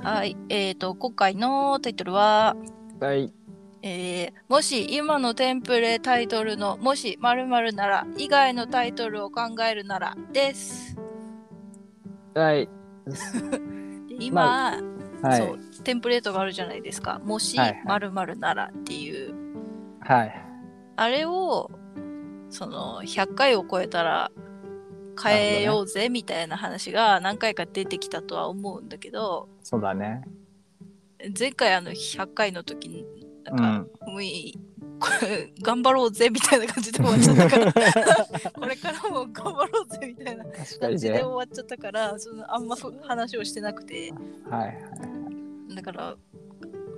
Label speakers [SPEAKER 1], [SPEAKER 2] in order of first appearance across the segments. [SPEAKER 1] はい、えっ、と、今回のタイトルは、
[SPEAKER 2] はい。
[SPEAKER 1] えーもし今のテンプレタイトルの、もし〇〇なら、以外のタイトルを考えるなら、です。
[SPEAKER 2] はい。
[SPEAKER 1] で今、
[SPEAKER 2] はい。
[SPEAKER 1] そう、テンプレートがあるじゃないですか。もし
[SPEAKER 2] はいはい
[SPEAKER 1] 〇〇ならっていう、
[SPEAKER 2] はい。
[SPEAKER 1] あれを、その、100回を超えたら、変えようぜみたいな話が何回か出てきたとは思うんだけど、
[SPEAKER 2] そうだね。
[SPEAKER 1] 前回あの100回の時になん
[SPEAKER 2] う
[SPEAKER 1] か、
[SPEAKER 2] ん。
[SPEAKER 1] もういいこれ頑張ろうぜみたいな感じで終わっちゃったから これからも頑張ろうぜみたいな
[SPEAKER 2] 確か
[SPEAKER 1] 感
[SPEAKER 2] に
[SPEAKER 1] じ
[SPEAKER 2] ね
[SPEAKER 1] で終。わっちゃったからそのあんまそう話をしてなくて
[SPEAKER 2] はい。
[SPEAKER 1] だから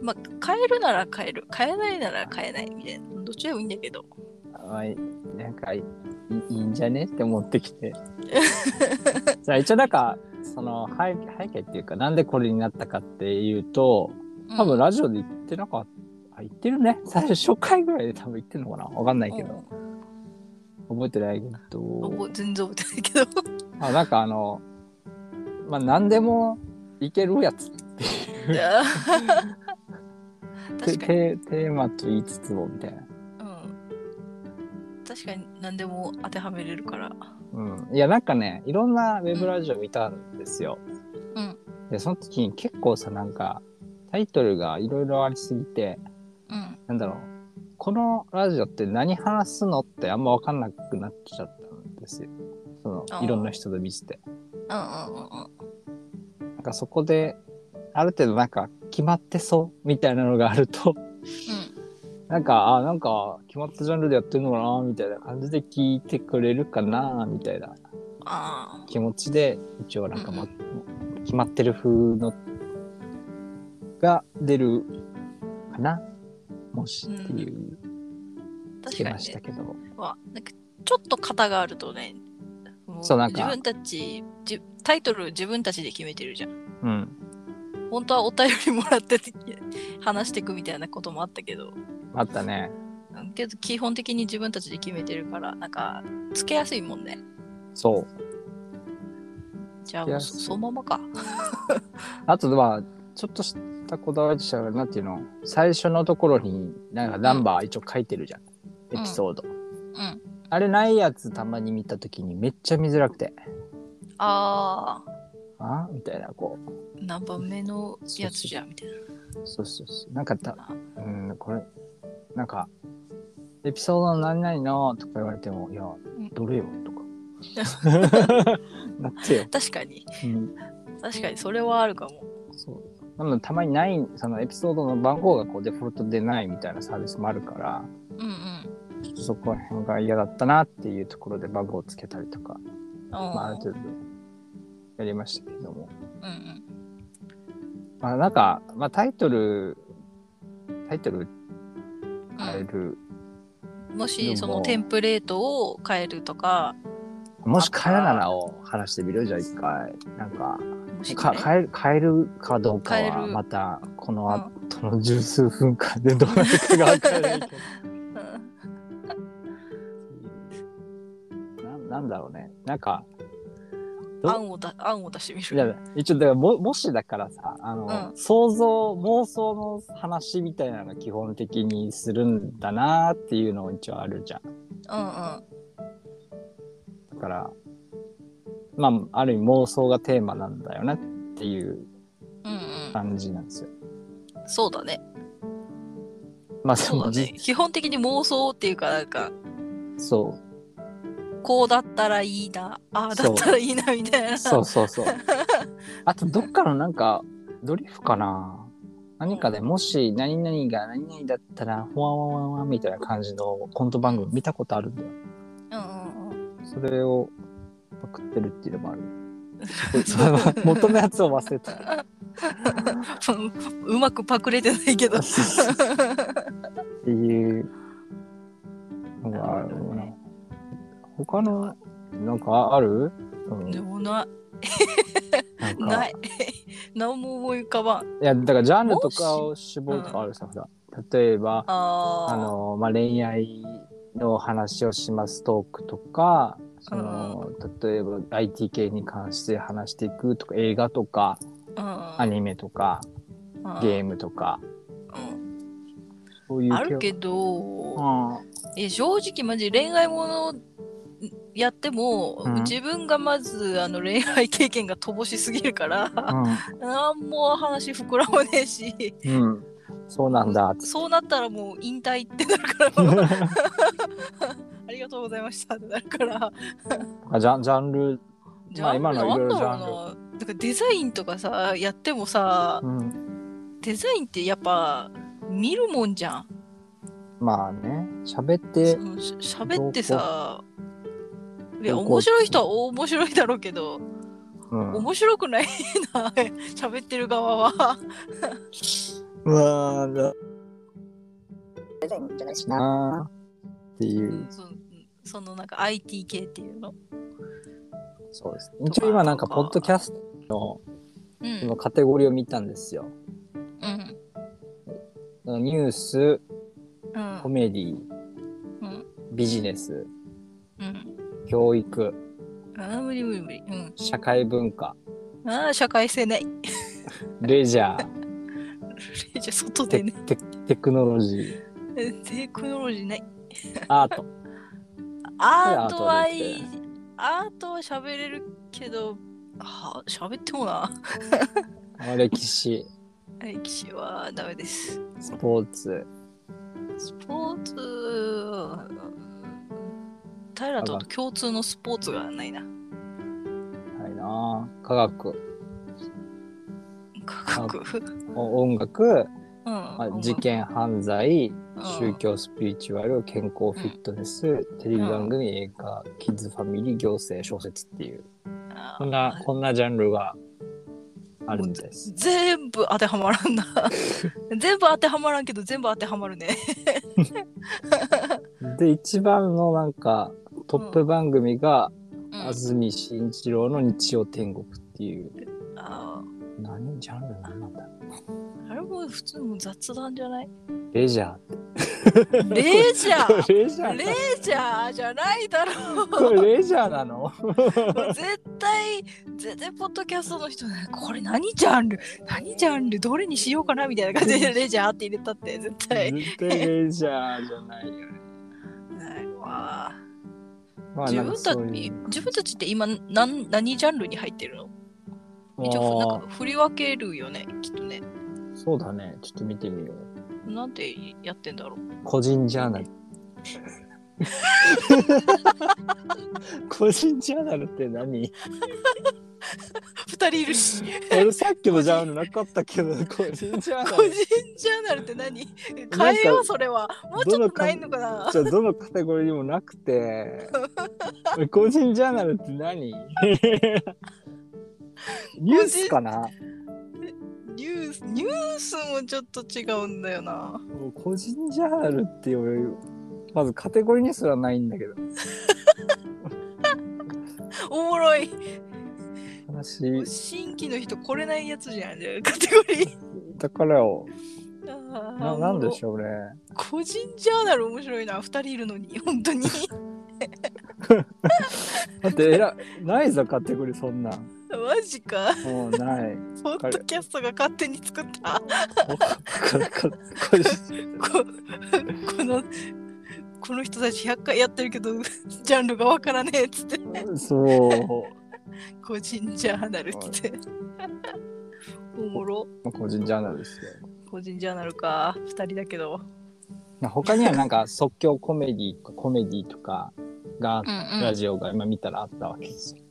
[SPEAKER 1] まあ変えるなら変える変えないなら変えないみたいなどっちでもいいんだけど
[SPEAKER 2] はい。なんかいい、いいんじゃねって持って きて。じゃあ一応なんか、その背景背景っていうか、なんでこれになったかっていうと、多分
[SPEAKER 1] ラ
[SPEAKER 2] ラジオで言ってなかった。あ言ってるね。最初初回ぐらいで多分言ってるのかなわかんな
[SPEAKER 1] ない
[SPEAKER 2] けど。覚えてないけど。
[SPEAKER 1] 全然覚えてないけ ど
[SPEAKER 2] あなんかあの、まあ何でもいけるやつっていう。
[SPEAKER 1] いや確
[SPEAKER 2] テ
[SPEAKER 1] かに、
[SPEAKER 2] テテーマと言いつつもみたいな。
[SPEAKER 1] うん、確かに何でも当てはめれるから
[SPEAKER 2] うん、いやなんかねいろんなウェブラジオ見たんですよ。
[SPEAKER 1] うん
[SPEAKER 2] でその時に結構さなんかタイトルがいろいろありすぎて
[SPEAKER 1] うん
[SPEAKER 2] なんだろうこのラジオって何話すのってあんま分かんなくなっちゃったんですよ。そ
[SPEAKER 1] あ
[SPEAKER 2] の
[SPEAKER 1] ー
[SPEAKER 2] いろんな人で見せて。
[SPEAKER 1] うんうんうんうん
[SPEAKER 2] なんかそこである程度なんか決まってそうみたいなのがあると なんかあなんか決まったジャンルでやってるのかなみたいな感じで聞いてくれるかなみたいな
[SPEAKER 1] あ
[SPEAKER 2] 気持ちで一応なんか、ま
[SPEAKER 1] う
[SPEAKER 2] 決まってる風のが出るかなもしっていう
[SPEAKER 1] あ確
[SPEAKER 2] つけ
[SPEAKER 1] か
[SPEAKER 2] ま
[SPEAKER 1] に
[SPEAKER 2] し
[SPEAKER 1] ね
[SPEAKER 2] たけど、
[SPEAKER 1] はなんかちょっと型があるとねも
[SPEAKER 2] そうなんか
[SPEAKER 1] 自分たちじタイトル自分たちで決めてるじゃん
[SPEAKER 2] うん
[SPEAKER 1] 本当はお便りもらってて 話していくみたいなこともあったけど
[SPEAKER 2] あったね
[SPEAKER 1] うんけど基本的に自分たちで決めてるからなんかつけやすいもんね
[SPEAKER 2] そう
[SPEAKER 1] じゃあ
[SPEAKER 2] つけ
[SPEAKER 1] もう
[SPEAKER 2] やす
[SPEAKER 1] そ
[SPEAKER 2] い
[SPEAKER 1] そのままか
[SPEAKER 2] あとまあちょっとしたこだわりとしてはなんていうの最初のところになんかナンバー一応書いてるじゃん、
[SPEAKER 1] ん
[SPEAKER 2] エピソード、
[SPEAKER 1] うん
[SPEAKER 2] あれないやつたまに見た時にめっちゃ見づらくて
[SPEAKER 1] ああ
[SPEAKER 2] あみたいなこう
[SPEAKER 1] 何番目のやつじゃんみたい
[SPEAKER 2] そうそうそうなんかた
[SPEAKER 1] な
[SPEAKER 2] うん、これ、なんか、エピソードの何々のとか言われても、いや
[SPEAKER 1] ん、
[SPEAKER 2] どれよとか。なってよ。
[SPEAKER 1] 確かに
[SPEAKER 2] うん、
[SPEAKER 1] 確かにそれはあるかも
[SPEAKER 2] そう。なので、たまにない、そのエピソードの番号がこうデフォルトでないみたいなサービスもあるから、
[SPEAKER 1] うんうん
[SPEAKER 2] ちょっとそこら辺が嫌だったなっていうところで番号をつけたりとか、まあ、ある程度やりましたけども。
[SPEAKER 1] うんうん
[SPEAKER 2] まあ、なんか、まあ、タイトル、タイトル
[SPEAKER 1] うん
[SPEAKER 2] 変える、
[SPEAKER 1] も
[SPEAKER 2] でも
[SPEAKER 1] しそのテンプレートを変えるとか
[SPEAKER 2] もし変えるならを話してみるじゃあ一回。なんか、
[SPEAKER 1] もし
[SPEAKER 2] か
[SPEAKER 1] ね
[SPEAKER 2] 変える変えるかどうか
[SPEAKER 1] 変え
[SPEAKER 2] は
[SPEAKER 1] る
[SPEAKER 2] またこの後の十数分間でどうなるかが分からないけ ど
[SPEAKER 1] うん
[SPEAKER 2] ななんだろうねなんかど
[SPEAKER 1] 案をだ案を出してみ
[SPEAKER 2] いや
[SPEAKER 1] る。
[SPEAKER 2] 一応だからももしだからさあの、
[SPEAKER 1] うん
[SPEAKER 2] 想像妄想の話みたいなの基本的にするんだなっていうのも一応あるじゃん
[SPEAKER 1] うんうん。
[SPEAKER 2] だからまあある意味妄想がテーマなんだよなっていう
[SPEAKER 1] うん
[SPEAKER 2] 感じなんですよ
[SPEAKER 1] うん、そうだね。
[SPEAKER 2] まあそ
[SPEAKER 1] そうだ
[SPEAKER 2] の
[SPEAKER 1] ね。基本的に妄想っていうか、なんか、
[SPEAKER 2] そう
[SPEAKER 1] こうだったらいいな、ああだ
[SPEAKER 2] そう
[SPEAKER 1] ったらいいな、みたいな。
[SPEAKER 2] そうそうそう。あとどっかのなんかドリフかな何かでもし何々が何々だったらほわわわわみたいな感じのコント番組見たことあるんだよ。
[SPEAKER 1] うんうんうん。
[SPEAKER 2] それをパクってるっていうのもある。
[SPEAKER 1] そう
[SPEAKER 2] 元のやつを忘れた。
[SPEAKER 1] うまくパクれてないけど。
[SPEAKER 2] っていうのがあるのかな。他のなんかある、うん
[SPEAKER 1] でもな、
[SPEAKER 2] なんか
[SPEAKER 1] ない。何も思い浮かばん。
[SPEAKER 2] いやだからジャンルとかを絞るとかあるさ、ほら例えば
[SPEAKER 1] あー
[SPEAKER 2] あのまあ、恋愛の話をしますトークとかその、例えば IT 系に関して話していくとか映画とか、
[SPEAKER 1] うんうん
[SPEAKER 2] アニメとか
[SPEAKER 1] うん
[SPEAKER 2] ゲームとか
[SPEAKER 1] うん
[SPEAKER 2] そういう系
[SPEAKER 1] あるけ
[SPEAKER 2] う
[SPEAKER 1] ど、
[SPEAKER 2] ん
[SPEAKER 1] え正直マジ恋愛ものやっても、
[SPEAKER 2] うん
[SPEAKER 1] 自分がまずあの恋愛経験が乏しすぎるから、
[SPEAKER 2] う
[SPEAKER 1] なんも話膨らまねえし、
[SPEAKER 2] ん、うん、そうな んだ
[SPEAKER 1] そうなったらもう引退ってなる から、ありがとうございましたってなるから、
[SPEAKER 2] あジャンジャンル
[SPEAKER 1] じゃ
[SPEAKER 2] まあ
[SPEAKER 1] あ、
[SPEAKER 2] 今のいろいろジャンル
[SPEAKER 1] なんだろうな。だからデザインとかさ、やってもさ、
[SPEAKER 2] うん
[SPEAKER 1] デザインってやっぱ見るもんじゃん。
[SPEAKER 2] まあね喋っ
[SPEAKER 1] そ
[SPEAKER 2] て
[SPEAKER 1] のし喋ってさ、いや、
[SPEAKER 2] どこ
[SPEAKER 1] 面白い人は面白いだろうけど、
[SPEAKER 2] うん
[SPEAKER 1] 面白くないな、 喋ってる側は。
[SPEAKER 2] うんだ
[SPEAKER 3] デザインじゃないしな。
[SPEAKER 2] なっていう
[SPEAKER 1] そそのなんか IT 系っていうの。
[SPEAKER 2] そうです一応今なんかポッドキャスト
[SPEAKER 1] う
[SPEAKER 2] のそ
[SPEAKER 1] ん
[SPEAKER 2] の。カテゴリーを見たんですよ
[SPEAKER 1] うん。
[SPEAKER 2] ニュース
[SPEAKER 1] うん
[SPEAKER 2] コ。メディ
[SPEAKER 1] うん
[SPEAKER 2] ビジネス
[SPEAKER 1] うん。
[SPEAKER 2] 教育
[SPEAKER 1] ああ、無理無理無理。う
[SPEAKER 2] 社会文化
[SPEAKER 1] ん。ああ、社会性ない。
[SPEAKER 2] レジャー
[SPEAKER 1] じゃ外
[SPEAKER 2] テ
[SPEAKER 1] でね。
[SPEAKER 2] テテクノロジー
[SPEAKER 1] テクノロジーない。
[SPEAKER 2] アート
[SPEAKER 1] アートは
[SPEAKER 2] で
[SPEAKER 1] いい
[SPEAKER 2] アー。
[SPEAKER 1] アートは喋れるけど、は喋ってもな。
[SPEAKER 2] 歴史
[SPEAKER 1] 歴史はダメです。
[SPEAKER 2] スポーツ
[SPEAKER 1] スポーツは、タイラと共通のスポーツがないな。
[SPEAKER 2] はいな科学
[SPEAKER 1] 科学。
[SPEAKER 2] お音楽、
[SPEAKER 1] うん。
[SPEAKER 2] ま
[SPEAKER 1] 音
[SPEAKER 2] あ、
[SPEAKER 1] 楽
[SPEAKER 2] 事、件犯罪
[SPEAKER 1] うん
[SPEAKER 2] 宗。教スピリチュアル健康フィットネス、テレビ番組映画キッズファミリー行政小説っていう
[SPEAKER 1] あ
[SPEAKER 2] こんなこんなジャンルがあるんです
[SPEAKER 1] 全部当てはまらんな。 全部当てはまらんけど、全部当てはまるね。
[SPEAKER 2] で一番のなんかトップ番組が、
[SPEAKER 1] うん、
[SPEAKER 2] 安住紳一郎の日曜天国っていう
[SPEAKER 1] あ
[SPEAKER 2] 何ジャンル何なんだ
[SPEAKER 1] ーあれも普通の雑談じゃない
[SPEAKER 2] レジャ
[SPEAKER 1] レジャ
[SPEAKER 2] ー
[SPEAKER 1] ー
[SPEAKER 2] レジャ ー
[SPEAKER 1] レジャーじゃないだ ろう
[SPEAKER 2] これレジャーなの
[SPEAKER 1] 絶対絶対ポッドキャストの人ねこれ何ジャンル何ジャンルどれにしようかなみたいな感じでレジャーって入れたって絶対
[SPEAKER 2] 絶対レジャーじゃないよね、
[SPEAKER 1] ないわ
[SPEAKER 2] ま
[SPEAKER 1] 自
[SPEAKER 2] なんか
[SPEAKER 1] 分た
[SPEAKER 2] そ
[SPEAKER 1] ち
[SPEAKER 2] ういう
[SPEAKER 1] 自分たちって今何何ジャンルに入ってるの一応
[SPEAKER 2] あ
[SPEAKER 1] な
[SPEAKER 2] ー
[SPEAKER 1] んか振り分けるよねきっとね
[SPEAKER 2] そうだねちょっと見てみよう
[SPEAKER 1] なんてやってんだろう
[SPEAKER 2] 個人ジャ ーナル。個人ジャーナルって何
[SPEAKER 1] 2人いるし
[SPEAKER 2] 俺さっきのジャンルなかったけど、個人ジャーナ
[SPEAKER 1] 個
[SPEAKER 2] ル
[SPEAKER 1] 人。ジャーナルって何変えようそれはもうちょっとないのかな
[SPEAKER 2] じゃあどのカテゴリーにもなくて。 俺個人ジャーナルって何ニュースかな
[SPEAKER 1] ニュースニュースもちょっと違うんだよな
[SPEAKER 2] もう個人ジャーナルって俺、まずカテゴリーにすらないんだけど。
[SPEAKER 1] おもろい
[SPEAKER 2] 話、
[SPEAKER 1] 新規の人来れないやつじゃんカテゴリー
[SPEAKER 2] だからよ。
[SPEAKER 1] あー
[SPEAKER 2] ななんでしょうね。
[SPEAKER 1] 個人ジャーナル面白いな2人いるのに本 当に
[SPEAKER 2] だってえら、 ないぞカテゴリーそんなん。
[SPEAKER 1] マジか
[SPEAKER 2] もうない。
[SPEAKER 1] ポッドキャストが勝手に作ったここのこの人たち100回やってるけどジャンルがわからねえっつって
[SPEAKER 2] そ
[SPEAKER 1] 個人ジャーナルっつっておもろ
[SPEAKER 2] う。個人ジャーナルですよ。
[SPEAKER 1] 個人ジャーナルか2人だけど
[SPEAKER 2] 他にはなんか即興コメディとかコメディとかが、
[SPEAKER 1] うんうん
[SPEAKER 2] ラジオが今見たらあったわけですよ。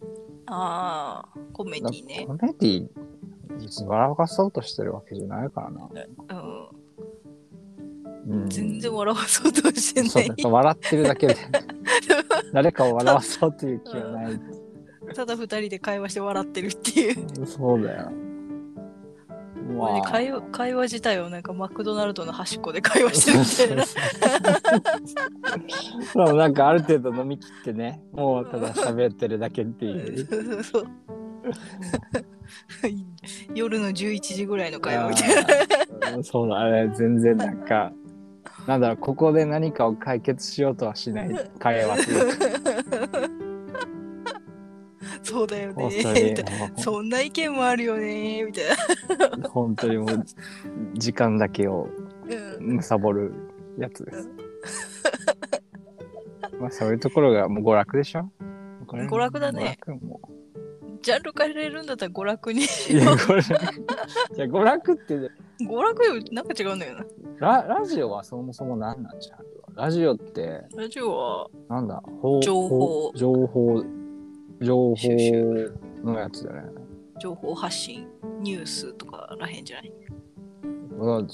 [SPEAKER 1] ああコメディね
[SPEAKER 2] コメディ、別に笑かそうとしてるわけじゃないからな。
[SPEAKER 1] うん
[SPEAKER 2] うん、
[SPEAKER 1] 全然笑わそうとして
[SPEAKER 2] そう
[SPEAKER 1] ない
[SPEAKER 2] だ笑ってる だけで誰かを笑わそうという気はない。
[SPEAKER 1] ただ二人で会話して笑ってるっていう
[SPEAKER 2] そうだよ。うわぁ
[SPEAKER 1] 会話会話自体をなんかマクドナルドの端っこで会話してるみたいな
[SPEAKER 2] そうなんかある程度飲み切ってねもうただ喋ってるだけっていう
[SPEAKER 1] そうそうそう 夜の11時ぐらいの会話みたいな
[SPEAKER 2] あーそうだね全然なんかなんだろうここで何かを 解決しようとはしない会話というか
[SPEAKER 1] そうそうだよね
[SPEAKER 2] 本当
[SPEAKER 1] み
[SPEAKER 2] に
[SPEAKER 1] たいな そんな意見もあるよねみたいな、
[SPEAKER 2] 本当にもう時間だけを
[SPEAKER 1] うん、
[SPEAKER 2] 貪るや つです。まあそういうところがもう娯楽でしょこれ
[SPEAKER 1] 娯楽だね。
[SPEAKER 2] 娯楽も
[SPEAKER 1] ジャンル変えれるんだったら娯楽に
[SPEAKER 2] いや娯楽いや娯楽ってね
[SPEAKER 1] 娯楽よりなんか違うんだよな
[SPEAKER 2] ララジオはそもそも何なんじゃんラジオって
[SPEAKER 1] ラジオは
[SPEAKER 2] なんだほう
[SPEAKER 1] 情報
[SPEAKER 2] ほう情報情報
[SPEAKER 1] 収集
[SPEAKER 2] のやつだね。
[SPEAKER 1] 情報発信ニュースとからへんじゃない
[SPEAKER 2] うん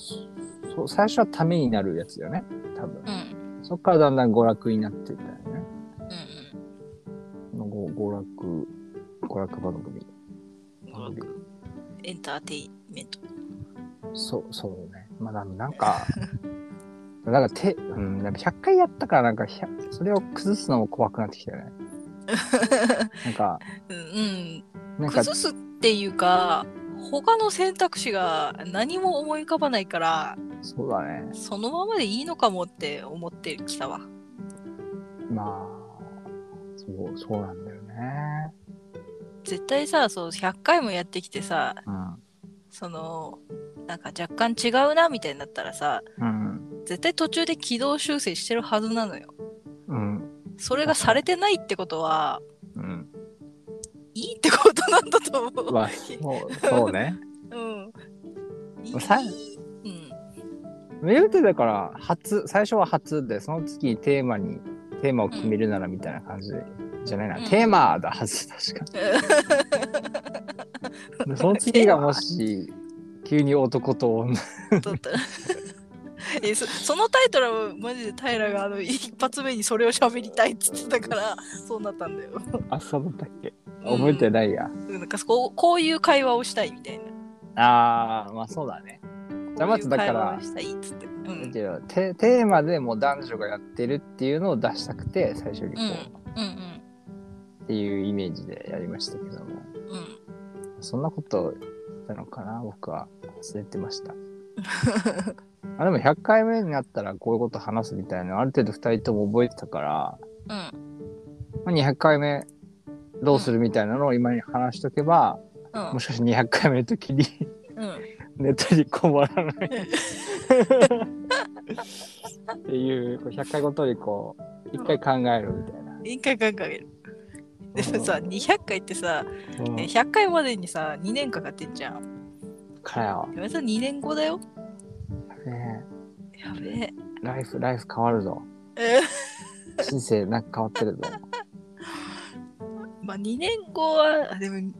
[SPEAKER 2] そう最初はためになるやつだよね多分、
[SPEAKER 1] うん
[SPEAKER 2] そっからだんだん娯楽になっていったよね。
[SPEAKER 1] うん
[SPEAKER 2] のご娯楽娯楽番組。
[SPEAKER 1] うん娯楽エンターテインメント
[SPEAKER 2] そう、そうね。まあ、でもなんか、なんか手、うん、でも100回やったから、なんか100、それを崩すのも怖くなってきたよね。なんか、
[SPEAKER 1] うん
[SPEAKER 2] なんか、
[SPEAKER 1] 崩すっていうか他の選択肢が何も思い浮かばないから
[SPEAKER 2] そうだね。
[SPEAKER 1] そのままでいいのかもって思ってきたわ
[SPEAKER 2] まあ、そう、そうなんだよね。
[SPEAKER 1] 絶対さそう100回もやってきてさそのなんか若干違うなみたいになったらさ
[SPEAKER 2] うん。
[SPEAKER 1] 絶対途中で軌道修正してるはずなのよ
[SPEAKER 2] うん。うん。
[SPEAKER 1] それがされてないってことは
[SPEAKER 2] うん。
[SPEAKER 1] いいってことなんだと思う、
[SPEAKER 2] まあ、そう、そ うね。
[SPEAKER 1] うんいい
[SPEAKER 2] さ
[SPEAKER 1] うん
[SPEAKER 2] 言うてだから、初、最初は初で、その次にテーマに、テーマを決めるならみたいな感じじゃないな。
[SPEAKER 1] うん
[SPEAKER 2] テーマだはず、確か。でその次がもし急に男と女
[SPEAKER 1] だった らえそそのタイトルはマジで平があの一発目にそれを喋りたいっつってたからそうなったんだよ。
[SPEAKER 2] あそうだったっけ覚えてない
[SPEAKER 1] う
[SPEAKER 2] や、
[SPEAKER 1] んなんかこうこういう会話をしたいみたいな。
[SPEAKER 2] ああまあそうだねじゃあまずだか
[SPEAKER 1] こうい
[SPEAKER 2] ら
[SPEAKER 1] う会話をしたいっつって。うん
[SPEAKER 2] だけどテテーマでもう男女がやってるっていうのを出したくて最初にこ
[SPEAKER 1] うん
[SPEAKER 2] うっていうイメージでやりましたけ
[SPEAKER 1] う
[SPEAKER 2] ども
[SPEAKER 1] んうん。
[SPEAKER 2] そんなことなのかな僕は忘れてました あでも100回目になったらこういうこと話すみたいなのある程度2人とも覚えてたから
[SPEAKER 1] うん
[SPEAKER 2] まあ200回目どうするみたいなのを今に話しとけば、
[SPEAKER 1] うん
[SPEAKER 2] もしかして200回目の時に
[SPEAKER 1] うん。
[SPEAKER 2] ネタに困らないっていうこう100回ごとにこう一回考えるみたいな。
[SPEAKER 1] 一回考える。でもさ
[SPEAKER 2] うん
[SPEAKER 1] 200回ってさ
[SPEAKER 2] うん、
[SPEAKER 1] 100回までにさ2年かかってんじゃん。
[SPEAKER 2] かよ、
[SPEAKER 1] 今さ2年後だよ。
[SPEAKER 2] ね
[SPEAKER 1] やべえ。
[SPEAKER 2] え、ライフライフ変わるぞ
[SPEAKER 1] え
[SPEAKER 2] 人生なんか変わってるぞ
[SPEAKER 1] まあ2年後はあでも、うん、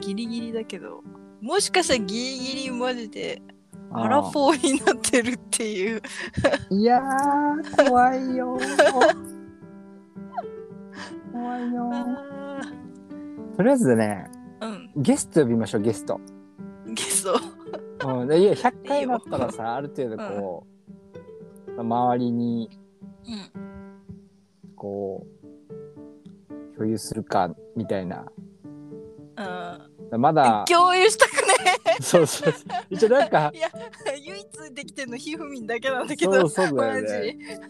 [SPEAKER 1] ギリギリだけどもしかしたらギリギリマジでアラフォーになってるっていう
[SPEAKER 2] うんいやー怖いよー怖いよー
[SPEAKER 1] あ
[SPEAKER 2] とりあえずね
[SPEAKER 1] ーうん
[SPEAKER 2] ゲスト呼びましょうゲスト、
[SPEAKER 1] ゲスト
[SPEAKER 2] うん、でいや100回だったらさある程度こう、周りに
[SPEAKER 1] うん
[SPEAKER 2] こう共有するかみたいな
[SPEAKER 1] あ
[SPEAKER 2] まだ
[SPEAKER 1] ー共有したくね
[SPEAKER 2] そうそうそう一応な んか
[SPEAKER 1] いや 唯一できてるのひふみんだけなんだけ
[SPEAKER 2] そ
[SPEAKER 1] ど
[SPEAKER 2] うそうだ
[SPEAKER 1] マ
[SPEAKER 2] よ
[SPEAKER 1] ジ
[SPEAKER 2] ね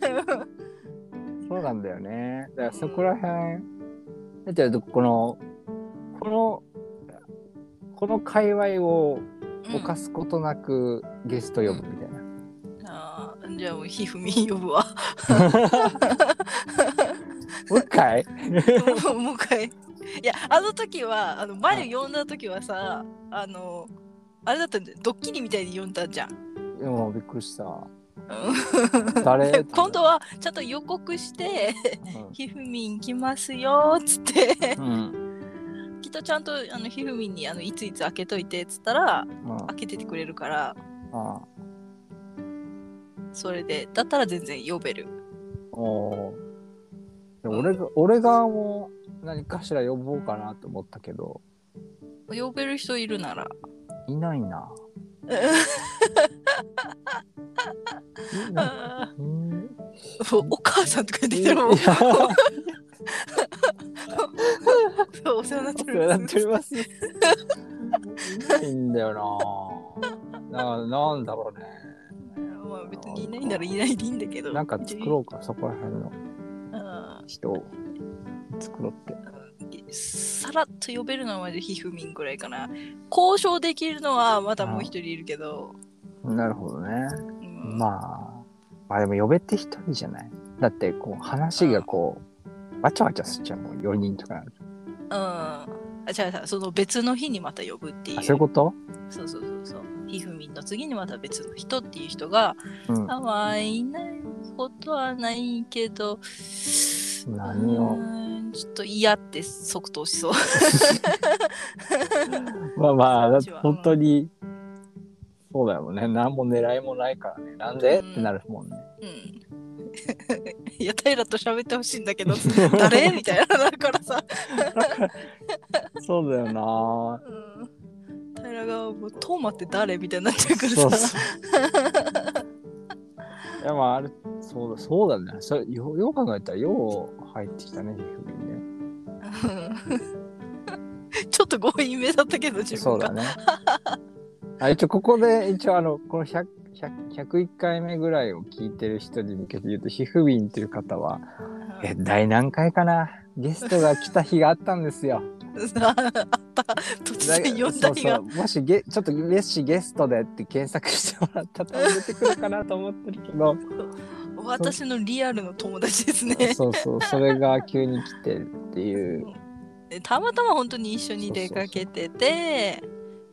[SPEAKER 2] そうなんだよねだからそこら辺だけどこのこのこの界隈を犯すことなくゲスト呼ぶみたいな、
[SPEAKER 1] うんあーじゃあもうひふみん呼ぶわ
[SPEAKER 2] もう一回
[SPEAKER 1] もうもう一回いやあの時はあの前呼んだ時はさあのあれだったんだよドッキリみたいに呼んだじゃん
[SPEAKER 2] でもびっくりした、う
[SPEAKER 1] うん
[SPEAKER 2] 誰
[SPEAKER 1] 今度はちゃんと予告して 「ひふみん来ますよ」っつって
[SPEAKER 2] んうん
[SPEAKER 1] きっとちゃんとあのひふみんにあのいついつ開けといてっつったら
[SPEAKER 2] うん
[SPEAKER 1] 開けててくれるから
[SPEAKER 2] あ
[SPEAKER 1] それでだったら全然呼べる
[SPEAKER 2] おーでも俺が俺側も何かしら呼ぼうかなと思ったけど
[SPEAKER 1] 呼べる人いるなら
[SPEAKER 2] いないな。いな
[SPEAKER 1] あ
[SPEAKER 2] うん
[SPEAKER 1] ー おお母さんとか出てるもん
[SPEAKER 2] いや
[SPEAKER 1] そう お世話になって
[SPEAKER 2] それな
[SPEAKER 1] る
[SPEAKER 2] っております。いないんだよな。ななんだろうね。
[SPEAKER 1] まあ別にいないならいないでいいんだけど
[SPEAKER 2] なんか作ろうか、そこら辺の
[SPEAKER 1] うん
[SPEAKER 2] 人を。作ろうって。
[SPEAKER 1] さらっと呼べるのはまずひふみんぐらいかな交渉できるのはまだもう一人いるけど、
[SPEAKER 2] なるほどね。
[SPEAKER 1] うん
[SPEAKER 2] まあ、まあでも呼べて一人じゃない。だって、こう、話がこう、わちゃわちゃしちゃうもん、4人とかなると。
[SPEAKER 1] うんあ違う違うその別の日にまた呼ぶっていう
[SPEAKER 2] あ、そういうこと
[SPEAKER 1] そうそうそうそうひふみんの次にまた別の人っていう人が、
[SPEAKER 2] うん。
[SPEAKER 1] あまあいないことはないけど
[SPEAKER 2] 何を
[SPEAKER 1] うーんちょっと嫌って即答しそう
[SPEAKER 2] まあまあ、だって
[SPEAKER 1] そっちは
[SPEAKER 2] 本当に、そうだよね。何も狙いもないからね。なんで、
[SPEAKER 1] うん
[SPEAKER 2] ってなるもんね。
[SPEAKER 1] うん いや平と喋ってほしいんだけ ど誰みたいなだからさ、
[SPEAKER 2] そうだよな。
[SPEAKER 1] うん、平がもう「トーマって誰?」みたいになっちゃうからさ
[SPEAKER 2] そうそう。 いやまああれそうだそうだねそれよよう考えたらよう入ってきたねひふみん
[SPEAKER 1] うん ちょっと強引めだったけど自
[SPEAKER 2] ねそ
[SPEAKER 1] 分
[SPEAKER 2] う
[SPEAKER 1] が
[SPEAKER 2] だねあ一応ここで一応あのこの100 100 101回目ぐらいを聞いてる人に向けて言うとひふみんという方はえ第何回かなゲストが来た日があったんですよ
[SPEAKER 1] うんあった 突然呼んだ日が
[SPEAKER 2] そうそうもしゲちょっとレッシゲストでって検索してもらったら多分出てくるかなと思ってるけど
[SPEAKER 1] 私のリアルの友達ですね
[SPEAKER 2] そうそう、それが急に来てるっていう。
[SPEAKER 1] でたまたま本当に一緒に出かけてて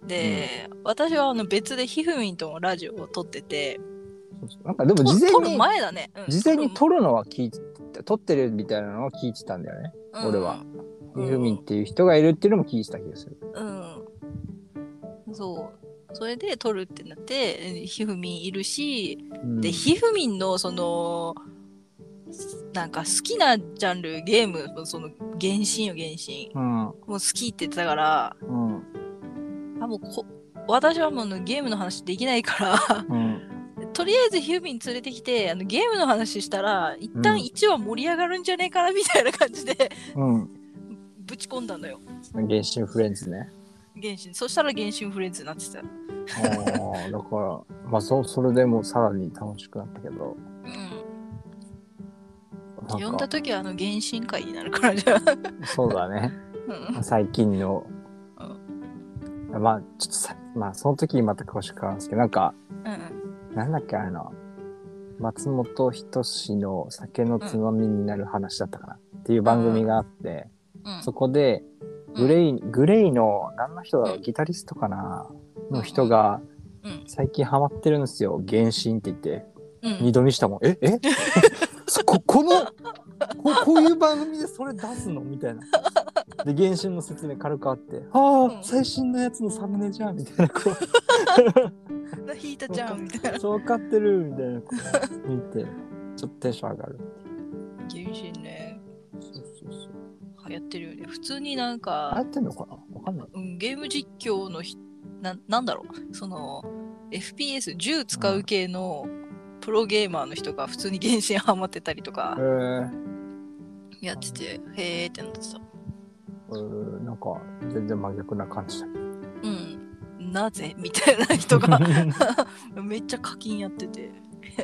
[SPEAKER 1] で、私はあの別でひふみんともラジオを撮ってて
[SPEAKER 2] なんかでも
[SPEAKER 1] と
[SPEAKER 2] 事
[SPEAKER 1] 撮
[SPEAKER 2] 前
[SPEAKER 1] る
[SPEAKER 2] に、
[SPEAKER 1] 前だね、うん
[SPEAKER 2] 事前に撮るのは聞いて、撮ってるみたいなのは聞いてたんだよね。
[SPEAKER 1] うん
[SPEAKER 2] 俺は
[SPEAKER 1] う
[SPEAKER 2] ひ
[SPEAKER 1] ん
[SPEAKER 2] ふみんっていう人がいるっていうのも聞いてた気がする。
[SPEAKER 1] うんそうそれで撮るってなってえひふみんいるし
[SPEAKER 2] うん
[SPEAKER 1] でひふみんのそのなんか好きなジャンルゲームその原神よ原神
[SPEAKER 2] うん、
[SPEAKER 1] もう好きって言ってたから
[SPEAKER 2] うん、
[SPEAKER 1] あもうこ私はもうあのゲームの話できないから
[SPEAKER 2] うん。
[SPEAKER 1] とりあえずヒューミン連れてきてあのゲームの話したら一
[SPEAKER 2] うん
[SPEAKER 1] 旦1話盛り上がるんじゃねえかなみたいな感じで
[SPEAKER 2] うん。
[SPEAKER 1] ぶち込んだのよ
[SPEAKER 2] 原神フレンズね。
[SPEAKER 1] 原神そしたら原神フレンズになってた
[SPEAKER 2] ああ、だから、まあそ、それでもさらに楽しくなったけど。
[SPEAKER 1] う
[SPEAKER 2] な
[SPEAKER 1] ん
[SPEAKER 2] んか
[SPEAKER 1] 呼んだ時はあの原神会になるから じゃあ
[SPEAKER 2] そうだね。
[SPEAKER 1] うん
[SPEAKER 2] 最近の。まあ、ちょっとさ、まあ、その時にまた詳しく変わるんですけど、なんか、
[SPEAKER 1] うん
[SPEAKER 2] なんだっけあの松本人志の酒のつまみになる話だったかな、っていう番組があって、
[SPEAKER 1] うん
[SPEAKER 2] そこでグレイ、グレイの何の人だろうギタリストかなの人が
[SPEAKER 1] うん
[SPEAKER 2] 最近ハマってるんですよ原神って言って
[SPEAKER 1] う
[SPEAKER 2] 二
[SPEAKER 1] ん
[SPEAKER 2] 度見したもんえ えそここのここういう番組でそれ出すのみたいな。で原神の説明軽くあって「ああ、
[SPEAKER 1] うん
[SPEAKER 2] 最新のやつのサムネじゃん」みたいなこ う
[SPEAKER 1] 引いたじゃんみたいな
[SPEAKER 2] そうかってるみたいなこと見て、ちょっとテンション上がる。
[SPEAKER 1] 原神ね
[SPEAKER 2] そうそうそう。
[SPEAKER 1] 流行ってるよね普通になん
[SPEAKER 2] 流行
[SPEAKER 1] か、
[SPEAKER 2] ってんのかなわかんない。
[SPEAKER 1] うん、ゲーム実況のひななんだろうその FPS 銃使う系のプロゲーマーの人が普通に原神ハマってたりとか
[SPEAKER 2] えー、
[SPEAKER 1] やってて、へーってなってた。
[SPEAKER 2] えーなんか全然真逆な感じだ。
[SPEAKER 1] うん。なぜみたいな人 が めっちゃ課金やってて、
[SPEAKER 2] あ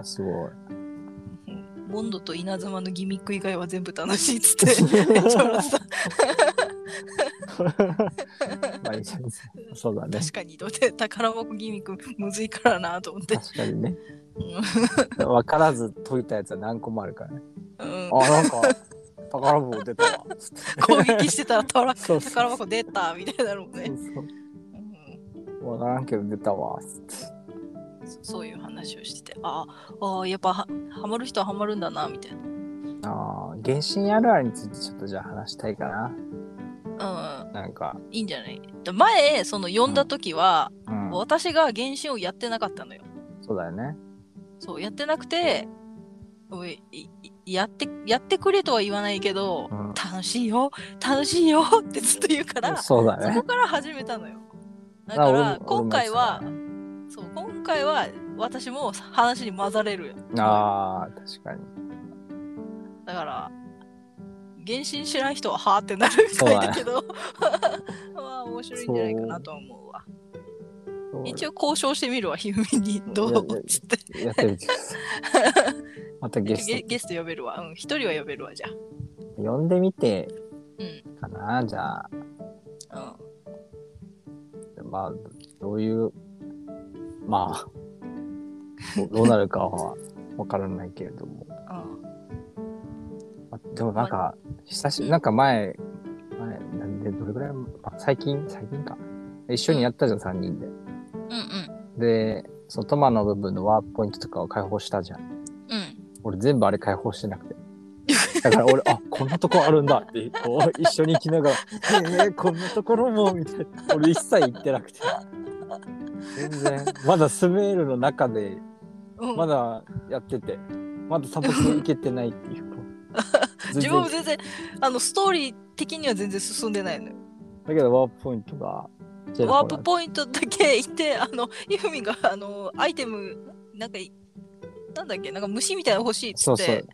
[SPEAKER 2] あ、すごい。
[SPEAKER 1] モンドと稲妻のギミック以外は全部楽しいっつって、めっちゃ笑ってた。
[SPEAKER 2] まあいいですね。そうだね。
[SPEAKER 1] 確かに、どうせ宝箱ギミックむずいからなと思って。
[SPEAKER 2] 確かにね。
[SPEAKER 1] う
[SPEAKER 2] わからず解いたやつは何個もあるからね。
[SPEAKER 1] んうん
[SPEAKER 2] あ、なんか宝箱出たわ。つって
[SPEAKER 1] 攻撃してたら宝
[SPEAKER 2] そうそう
[SPEAKER 1] 宝箱出たみたいなのも
[SPEAKER 2] そ
[SPEAKER 1] ね。
[SPEAKER 2] う
[SPEAKER 1] うん
[SPEAKER 2] そう。わからんけど出たわ。つって
[SPEAKER 1] そそういう話をしてて、ああー、やっぱはハマる人はハマるんだなみたいな。
[SPEAKER 2] ああ、原神あるあるについてちょっとじゃあ話したいかな。
[SPEAKER 1] うん
[SPEAKER 2] なんか。
[SPEAKER 1] うん、いいんじゃないで前、その呼んだ時は、
[SPEAKER 2] うん。
[SPEAKER 1] 私が原神をやってなかったのよ。
[SPEAKER 2] そうだよね。
[SPEAKER 1] そう、やってなくて、おいいいやって、やってくれとは言わないけど、
[SPEAKER 2] うん
[SPEAKER 1] 楽しいよ、楽しいよってずっと言うから、そ
[SPEAKER 2] そうだね
[SPEAKER 1] こ。から始めたのよ。だから、今回は、そう、今回は私も話に混ざれるよ。
[SPEAKER 2] ああ、確かに。
[SPEAKER 1] だから、原神知らん人は、はーってなるみたいだけど、 まあ、面白いんじゃないかなとは思うわ。一
[SPEAKER 2] 応。
[SPEAKER 1] 応交渉してみるわ、ひふみに。ど
[SPEAKER 2] いや
[SPEAKER 1] う
[SPEAKER 2] いや
[SPEAKER 1] っつって。
[SPEAKER 2] やってみてください。またゲ
[SPEAKER 1] ゲ
[SPEAKER 2] ス
[SPEAKER 1] ゲスト呼べるわ。うん、一人は呼べるわ、じゃあ。
[SPEAKER 2] ト。呼んでみて、
[SPEAKER 1] うん
[SPEAKER 2] かな、じゃあ。
[SPEAKER 1] あ
[SPEAKER 2] まあ、どういう、まあ、どどうなるかはわからないけれども。
[SPEAKER 1] あ
[SPEAKER 2] あでもなんか、久し、なんか前、前、なんで、どれぐらい、あ最近、最近か。一緒にやったじゃん、3人で。
[SPEAKER 1] うんうん
[SPEAKER 2] で、そのトマの部分のワープポイントとかを解放したじゃん。
[SPEAKER 1] うん
[SPEAKER 2] 俺全部あれ解放してなくて。だから俺、あ、こんなとこあるんだって、こう、一緒に行きながら、えー、こんなところも、みたいな。俺一切行ってなくて。全然、まだスメールの中で、
[SPEAKER 1] うん
[SPEAKER 2] まだやってて、まだ砂漠に行けてないっていう。こう
[SPEAKER 1] 自分も全然あのストーリー的には全然進んでないのよ
[SPEAKER 2] だけどワープポイントがちら
[SPEAKER 1] ワー
[SPEAKER 2] ほら
[SPEAKER 1] プポイントだけ行ってあのユミがあのアイテムなんかいなんだっけなんか虫みたいなの欲しいっつ
[SPEAKER 2] そ
[SPEAKER 1] っ
[SPEAKER 2] うそ
[SPEAKER 1] て
[SPEAKER 2] う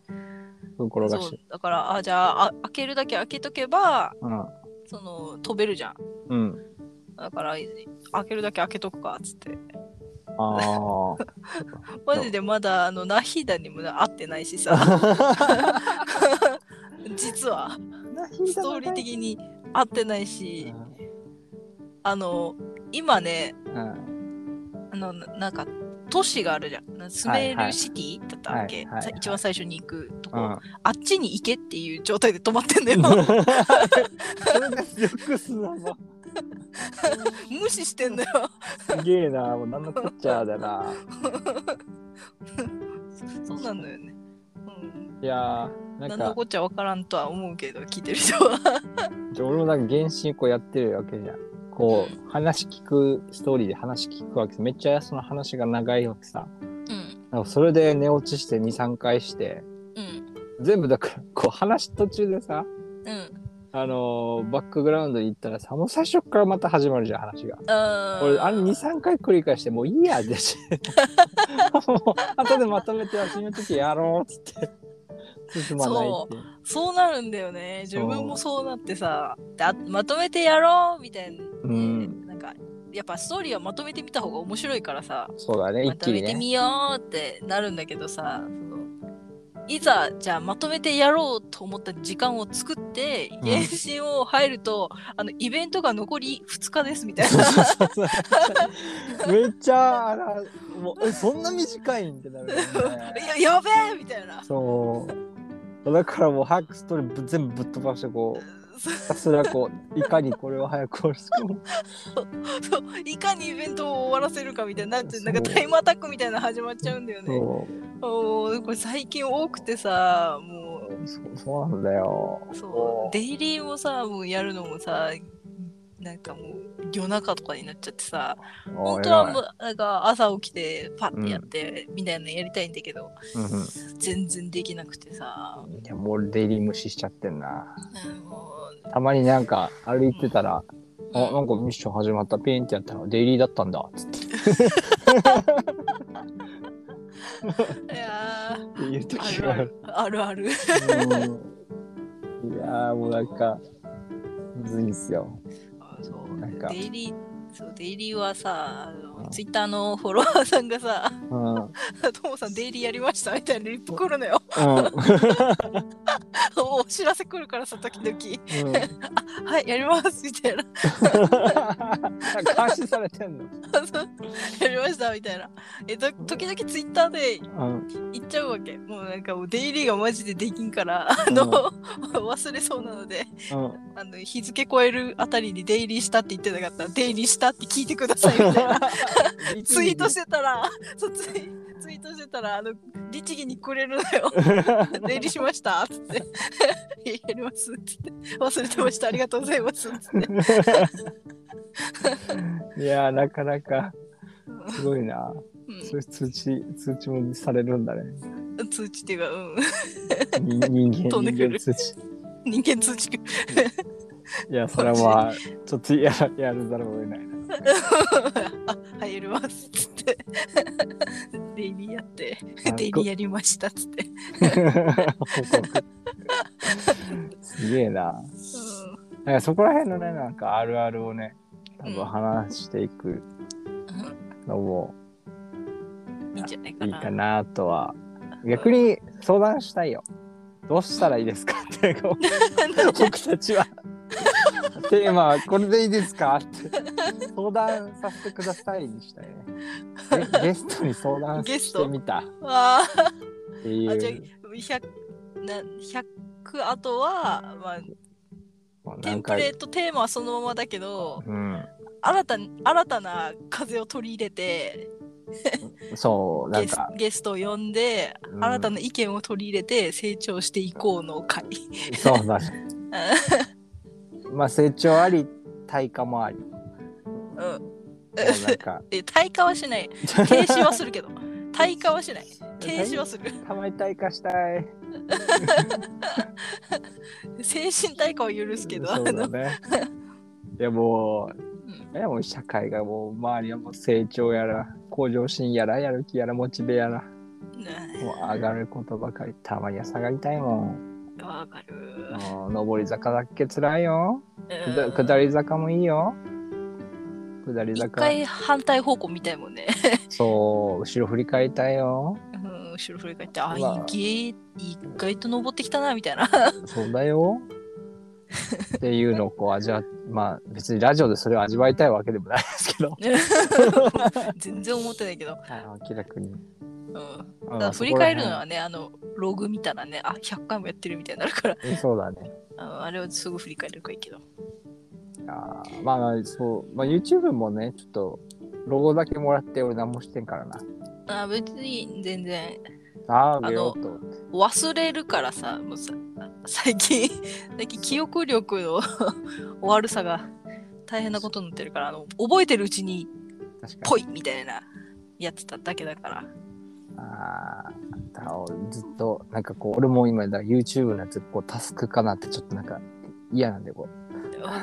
[SPEAKER 2] うん転がし
[SPEAKER 1] そう
[SPEAKER 2] て
[SPEAKER 1] だからあじゃああ開けるだけ開けとけば
[SPEAKER 2] うん
[SPEAKER 1] その飛べるじゃん
[SPEAKER 2] うん
[SPEAKER 1] だから開けるだけ開けとくかっつって
[SPEAKER 2] ああ
[SPEAKER 1] マジでまだあのナヒーダにも会ってないし さ実はストーリー的に会ってないしあの今ね
[SPEAKER 2] うん
[SPEAKER 1] あのななんか都市があるじゃんなスメールシティだったっけ、
[SPEAKER 2] はいはい
[SPEAKER 1] さ一番最初に行くとこ、
[SPEAKER 2] うん
[SPEAKER 1] あっちに行けっていう状態で止まってんだよ
[SPEAKER 2] それがよくすなの
[SPEAKER 1] 無視してんだよ
[SPEAKER 2] すげえなもう何のこっちゃだな
[SPEAKER 1] そうなんだよね、うん、
[SPEAKER 2] いやーな
[SPEAKER 1] 何
[SPEAKER 2] ん
[SPEAKER 1] の
[SPEAKER 2] か
[SPEAKER 1] こっちゃわからんとは思うけど聞いてる人は
[SPEAKER 2] 俺もなんか原神こうやってるわけじゃんこう話聞くストーリーで話聞くわけめっちゃその話が長いわけさ
[SPEAKER 1] うん
[SPEAKER 2] なんかそれで寝落ちして23回して
[SPEAKER 1] うん
[SPEAKER 2] 全部だからこう話途中でさ
[SPEAKER 1] うん
[SPEAKER 2] あのーバックグラウンドに行ったらさもう最初からまた始まるじゃん話が
[SPEAKER 1] あー
[SPEAKER 2] 俺あれ23回繰り返してもういいや でしもう後でまとめて休みの時やろうっつって進まないっていう
[SPEAKER 1] そうなるんだよね自分もそうなってさだまとめてやろうみたいな、
[SPEAKER 2] うん
[SPEAKER 1] なんかやっぱストーリーはまとめてみた方が面白いからさ
[SPEAKER 2] そうだね
[SPEAKER 1] ま
[SPEAKER 2] 一
[SPEAKER 1] と
[SPEAKER 2] 気
[SPEAKER 1] め
[SPEAKER 2] に
[SPEAKER 1] て
[SPEAKER 2] ね
[SPEAKER 1] みようってなるんだけどさそのいざじゃあまとめてやろうと思った時間を作って
[SPEAKER 2] ん
[SPEAKER 1] 原神を入ると、あのイベントが残り2日ですみたい
[SPEAKER 2] そう
[SPEAKER 1] な
[SPEAKER 2] そう そうそうめっちゃあらもうえそんな短いんってなるよ
[SPEAKER 1] い
[SPEAKER 2] ね
[SPEAKER 1] ややべえみたいな
[SPEAKER 2] そうだからもう早くストーリーぶ全部ぶっ飛ばしてこう
[SPEAKER 1] そう
[SPEAKER 2] ひたすらこういかにこれを早く終わらせる
[SPEAKER 1] そういかにイベントを終わらせるかみたいになって
[SPEAKER 2] そう
[SPEAKER 1] なんかタイムアタックみたいなの始まっちゃうんだよね
[SPEAKER 2] そ
[SPEAKER 1] おーこれ最近多くてさも
[SPEAKER 2] うそうそうなんだよ
[SPEAKER 1] う
[SPEAKER 2] お
[SPEAKER 1] そう
[SPEAKER 2] ー
[SPEAKER 1] デイリーもさもうやるのもさなんかもう夜中とかになっちゃってさ本当はもうなんか朝起きてパッてやってみたいなのやりたいんだけど、
[SPEAKER 2] うんうん
[SPEAKER 1] 全然できなくてさ、
[SPEAKER 2] いや、もうデイリー無視しちゃってんな。
[SPEAKER 1] うんもう
[SPEAKER 2] たまになんか歩いてたら、
[SPEAKER 1] うん
[SPEAKER 2] あ、なんかミッション始まった、ピンってやったら、デイリーだったんだ、つって
[SPEAKER 1] いやー
[SPEAKER 2] 言 う
[SPEAKER 1] あ
[SPEAKER 2] 時
[SPEAKER 1] る
[SPEAKER 2] が
[SPEAKER 1] あるあ
[SPEAKER 2] ある。
[SPEAKER 1] るある
[SPEAKER 2] うんいやー、もうなんか、むずいんすよ。
[SPEAKER 1] あそう
[SPEAKER 2] なんか
[SPEAKER 1] デイリーそうデイリーはさあの、
[SPEAKER 2] うん
[SPEAKER 1] ツイッターのフォロワーさんがさ
[SPEAKER 2] うん。 うん。
[SPEAKER 1] 「ともさんデイリーやりました」みたいなリップ来るのよ もうお知らせ来るからさ時々「
[SPEAKER 2] うん、
[SPEAKER 1] はいやります」みたいな
[SPEAKER 2] 監視されてんの。
[SPEAKER 1] 「そうやりました」みたいなえど時々ツイッターで
[SPEAKER 2] うん。
[SPEAKER 1] 行っちゃうわけもうなんかもうデイリーがマジでできんからあの、
[SPEAKER 2] うん
[SPEAKER 1] 忘れそうなので
[SPEAKER 2] うん。
[SPEAKER 1] あの日付超えるあたりにデイリーしたって言ってなかったらデイリーしたって聞いてくださいみ たいなツイートしてたら そうツイツイートしてたらあの律儀にくれるの よデイリーしましたっつって いややりますっつって忘れてましたありがとうございますっつって
[SPEAKER 2] いやー、なかなか、すごいな。そ
[SPEAKER 1] う
[SPEAKER 2] ういう通知、通知もされるんだね。
[SPEAKER 1] ん、通知っていうかうん
[SPEAKER 2] 人人
[SPEAKER 1] 飛
[SPEAKER 2] 間、
[SPEAKER 1] んでく
[SPEAKER 2] 人
[SPEAKER 1] る
[SPEAKER 2] 間通知。
[SPEAKER 1] 人間通知く
[SPEAKER 2] いや、それはまあ、ちょっとやらやるざるを得ないな。
[SPEAKER 1] あ入りますっつ ってデイリーやってデイリーやりましたっつって、
[SPEAKER 2] すげえな。
[SPEAKER 1] う
[SPEAKER 2] なんかそこら辺のね、なんかあるあるをね、多
[SPEAKER 1] うん
[SPEAKER 2] 分話していく
[SPEAKER 1] ん
[SPEAKER 2] のも
[SPEAKER 1] うん、いいんじゃないか
[SPEAKER 2] いい
[SPEAKER 1] な
[SPEAKER 2] かなとは。逆に相談したいよ。どうしたらいいですかってこう
[SPEAKER 1] なんで
[SPEAKER 2] 僕たちはテーマはこれでいいですかって相談させてくださいにしたいねえゲストに相談
[SPEAKER 1] ゲス
[SPEAKER 2] し
[SPEAKER 1] ト
[SPEAKER 2] てみたっ
[SPEAKER 1] あー
[SPEAKER 2] てい
[SPEAKER 1] あじゃあ
[SPEAKER 2] う
[SPEAKER 1] 100な100あとは、まあ、
[SPEAKER 2] もう
[SPEAKER 1] テン
[SPEAKER 2] 何
[SPEAKER 1] プレ
[SPEAKER 2] 回
[SPEAKER 1] ートテーマはそのままだけど
[SPEAKER 2] うん
[SPEAKER 1] 新たに新たな風を取り入れて
[SPEAKER 2] そうなん
[SPEAKER 1] ゲス
[SPEAKER 2] か
[SPEAKER 1] ゲストを呼んで、
[SPEAKER 2] うん
[SPEAKER 1] 新たな意見を取り入れて成長していこうの会
[SPEAKER 2] そ うだねまあ成長あり対価もありも
[SPEAKER 1] うん
[SPEAKER 2] うなんか
[SPEAKER 1] え対価はしない停止はするけど対価はし ない停止はする
[SPEAKER 2] たまに対価したい
[SPEAKER 1] 精神対価は許すけどあ
[SPEAKER 2] そうだ
[SPEAKER 1] の
[SPEAKER 2] ね いやもう
[SPEAKER 1] うん
[SPEAKER 2] いやもう社会がもう周りはもう成長やら向上心やらやる気やらモチベやら
[SPEAKER 1] ね
[SPEAKER 2] もう上がることばかりたまには下がりたいもん
[SPEAKER 1] わかる
[SPEAKER 2] もう上り坂だっけつらいよくだ
[SPEAKER 1] うん
[SPEAKER 2] 下り坂もいいよ下り
[SPEAKER 1] 一
[SPEAKER 2] 坂
[SPEAKER 1] 回反対方向見たいもんね、
[SPEAKER 2] そう後ろ振り返りたいよ
[SPEAKER 1] うん、後ろ振り返ってあ
[SPEAKER 2] うわ
[SPEAKER 1] 意外意外と登ってきたなみたい な
[SPEAKER 2] そう だよっていうのをこう味わっまあ別にラジオでそれを味わいたいわけでもないですけど
[SPEAKER 1] 全然思ってないけど、
[SPEAKER 2] あの気楽に
[SPEAKER 1] うん、
[SPEAKER 2] あ
[SPEAKER 1] た
[SPEAKER 2] まあ
[SPEAKER 1] だ振り返るのはねあのログ見たらねあ100回もやってるみたいになるから
[SPEAKER 2] そこら辺そうだね
[SPEAKER 1] ああれはすぐ振り返るからいいけど
[SPEAKER 2] あーまあまあそう、まあ、YouTube もねちょっとロゴだけもらって俺何もしてんからな
[SPEAKER 1] あ別に全然
[SPEAKER 2] ああげようと思って
[SPEAKER 1] 忘れるからさもうさ最近最近記憶力の 悪さが大変なことになってるからあの覚えてるうちに
[SPEAKER 2] 確か
[SPEAKER 1] ぽいみたいなやってただけだから
[SPEAKER 2] にああだから俺ずっとなんかこう俺も今だから YouTube のやつこうタスクかなってちょっとなんか嫌なんでこう早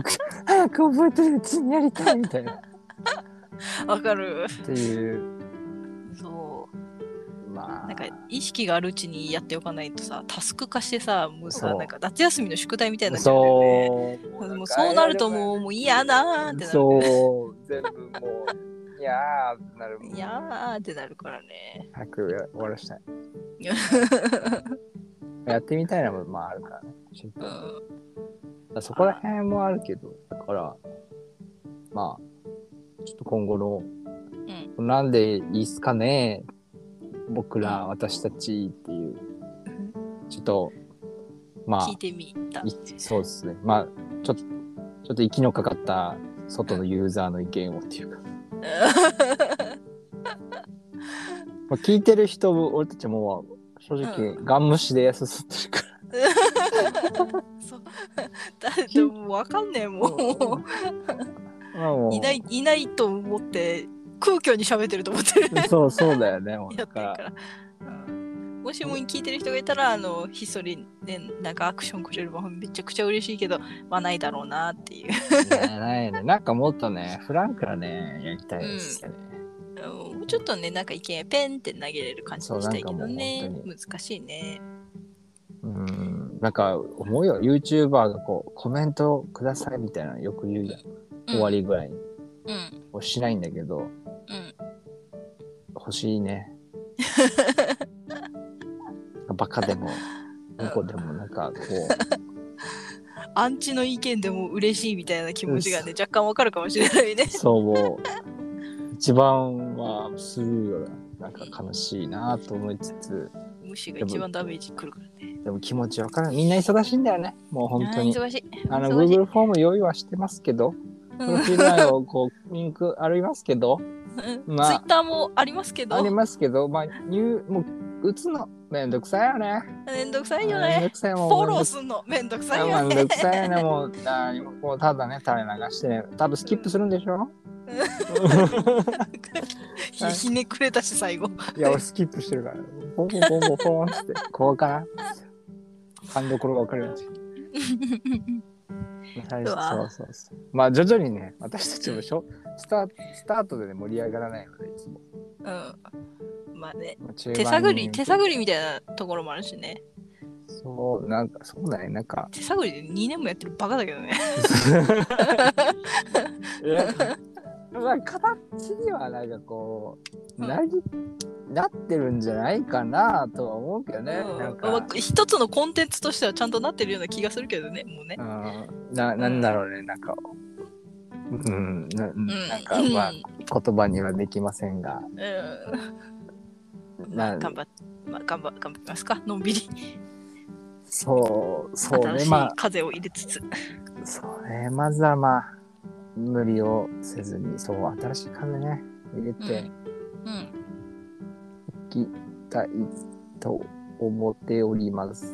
[SPEAKER 2] く早く覚えてるうちにやりたい みたいな
[SPEAKER 1] わかる
[SPEAKER 2] っていう
[SPEAKER 1] そう
[SPEAKER 2] まあ
[SPEAKER 1] なんか意識があるうちにやっておかないとさタスク化してさもうさ
[SPEAKER 2] そう
[SPEAKER 1] なんか夏休みの宿題みたいになっちゃうんだよね
[SPEAKER 2] そう
[SPEAKER 1] もうそうなると
[SPEAKER 2] う
[SPEAKER 1] もうもう嫌だーってなる
[SPEAKER 2] そう全部もういやーなるもん
[SPEAKER 1] 嫌ーってなるからね
[SPEAKER 2] 早く終わらしたいやってみたいなもんまああるからねシンプ
[SPEAKER 1] う
[SPEAKER 2] ルに
[SPEAKER 1] ん
[SPEAKER 2] そこら辺もあるけど、だから、まあ、ちょっと今後の、なんでいいっすかね、僕ら、私たちっていう、ちょっと、まあ
[SPEAKER 1] 聞い、てみた
[SPEAKER 2] いそうですね、まあ、ちょっと、ちょっと息のかかった外のユーザーの意見をっ ていうか、まあ、聞いてる人も、俺たちも、正直、ガン無視で進んでるから。
[SPEAKER 1] そうだでも分かんねえもう
[SPEAKER 2] まあもう
[SPEAKER 1] いないいないと思って空虚に喋ってると思って る
[SPEAKER 2] そう、そうだよね、もう。
[SPEAKER 1] や
[SPEAKER 2] だ
[SPEAKER 1] って
[SPEAKER 2] か
[SPEAKER 1] る
[SPEAKER 2] ら
[SPEAKER 1] か、ら、うんもしも聞いてる人がいたらあのひっそりねなんかアクションくれればめちゃくちゃ嬉しいけどまあないだろうなっていう
[SPEAKER 2] ねないね。なんかもっとね、フランクなね、やりたいですよね。
[SPEAKER 1] うんもうちょっとねなんか意見をペンって投げれる感じにしたいけど
[SPEAKER 2] そ
[SPEAKER 1] ね
[SPEAKER 2] うなんかもう
[SPEAKER 1] 難しいね
[SPEAKER 2] うん、なんか思うよ。YouTuber がこう、コメントくださいみたいなのよく言うやん。終わりぐらいに。
[SPEAKER 1] うん
[SPEAKER 2] もうしないんだけど、
[SPEAKER 1] うん
[SPEAKER 2] 欲しいね。バカでも、
[SPEAKER 1] うん
[SPEAKER 2] どこでも、なんかこ
[SPEAKER 1] アンチの意見でも嬉しいみたいな気持ちがね
[SPEAKER 2] う
[SPEAKER 1] 若干わかるかもしれない ね
[SPEAKER 2] う、そうもう、一番はスルーよな。なんか悲しいなと思いつつ、
[SPEAKER 1] 無視が一番ダメージくるからね
[SPEAKER 2] でも気持ちわからない。みんな忙しいんだよね。もう本当に。
[SPEAKER 1] あー忙しい
[SPEAKER 2] あの、
[SPEAKER 1] 忙しい
[SPEAKER 2] Google フォーム用意はしてますけど、プロフィール欄をこう、リンクありますけど、まあ
[SPEAKER 1] ツイッターもありますけど
[SPEAKER 2] ありますけど、まあ、入、もう、打つの、めんどくさいよね。
[SPEAKER 1] めんどくさいよ
[SPEAKER 2] めんど
[SPEAKER 1] ね
[SPEAKER 2] くさい
[SPEAKER 1] フ
[SPEAKER 2] もん。
[SPEAKER 1] ォローすんのめんどくさい
[SPEAKER 2] あ
[SPEAKER 1] よ
[SPEAKER 2] めんど
[SPEAKER 1] ね
[SPEAKER 2] くさいよね、もう、あーもうただね、垂れ流して、ね、多分スキップするんでし ょ
[SPEAKER 1] ひひねくれたし 最後
[SPEAKER 2] いや、俺スキップしてるから、ボンボンボンボンボンって、こうかな。勘どころがわかるように。最初
[SPEAKER 1] うわ
[SPEAKER 2] そうそうそう。まあ、徐々にね、私たちもしょスタスタートでね、盛り上がらないので、いつも。
[SPEAKER 1] うんまあね
[SPEAKER 2] まあ中盤に
[SPEAKER 1] 手探り手探りみたいなところもあるしね
[SPEAKER 2] そう、なんか、そうだね、なんか、
[SPEAKER 1] 手探りで2年もやってるバカだけどね
[SPEAKER 2] なんかまあ、形にはなんかこう、なぎ、なってるんじゃないかなとは思うけどね。
[SPEAKER 1] うん
[SPEAKER 2] なん
[SPEAKER 1] ま
[SPEAKER 2] か
[SPEAKER 1] あ、一つのコンテンツとしてはちゃんとなってるような気がするけどね、もうね
[SPEAKER 2] う。ん、な、なんだろうね、なんか。うん、ななんか、まあ、言葉にはできませんが。
[SPEAKER 1] うん。ま
[SPEAKER 2] な
[SPEAKER 1] あ、頑張っ、まあ、頑張、頑張りますか。のんびり。
[SPEAKER 2] そう、そう
[SPEAKER 1] 新
[SPEAKER 2] ね
[SPEAKER 1] し、い
[SPEAKER 2] まあ、
[SPEAKER 1] 風を入れつつ。
[SPEAKER 2] そうね、まずはまあ、無理をせずに、そう、新しい風ね、入れて
[SPEAKER 1] うん。
[SPEAKER 2] いきたいと思ってお ります。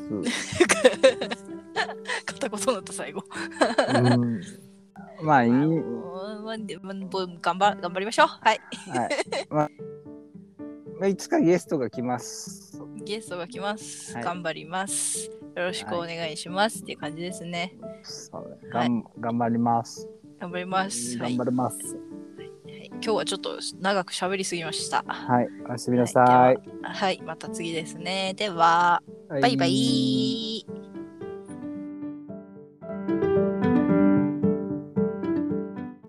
[SPEAKER 1] 片言になった最後。
[SPEAKER 2] うん、まあ、いい、は
[SPEAKER 1] うんまあでまあぼ頑張、頑張りましょう。はい。
[SPEAKER 2] い。まあ、まあいつかゲストが来ます。
[SPEAKER 1] ゲストが来ます。
[SPEAKER 2] はい
[SPEAKER 1] 頑張ります。よろしくお願いします、っていう感じですね。
[SPEAKER 2] そうね、がん頑張ります。
[SPEAKER 1] 頑張ります。はい。
[SPEAKER 2] 頑張ります。
[SPEAKER 1] はい今日はちょっと長く喋りすぎました。
[SPEAKER 2] はい、おやすみなさい。
[SPEAKER 1] はい、また次ですね。では、バイバイ。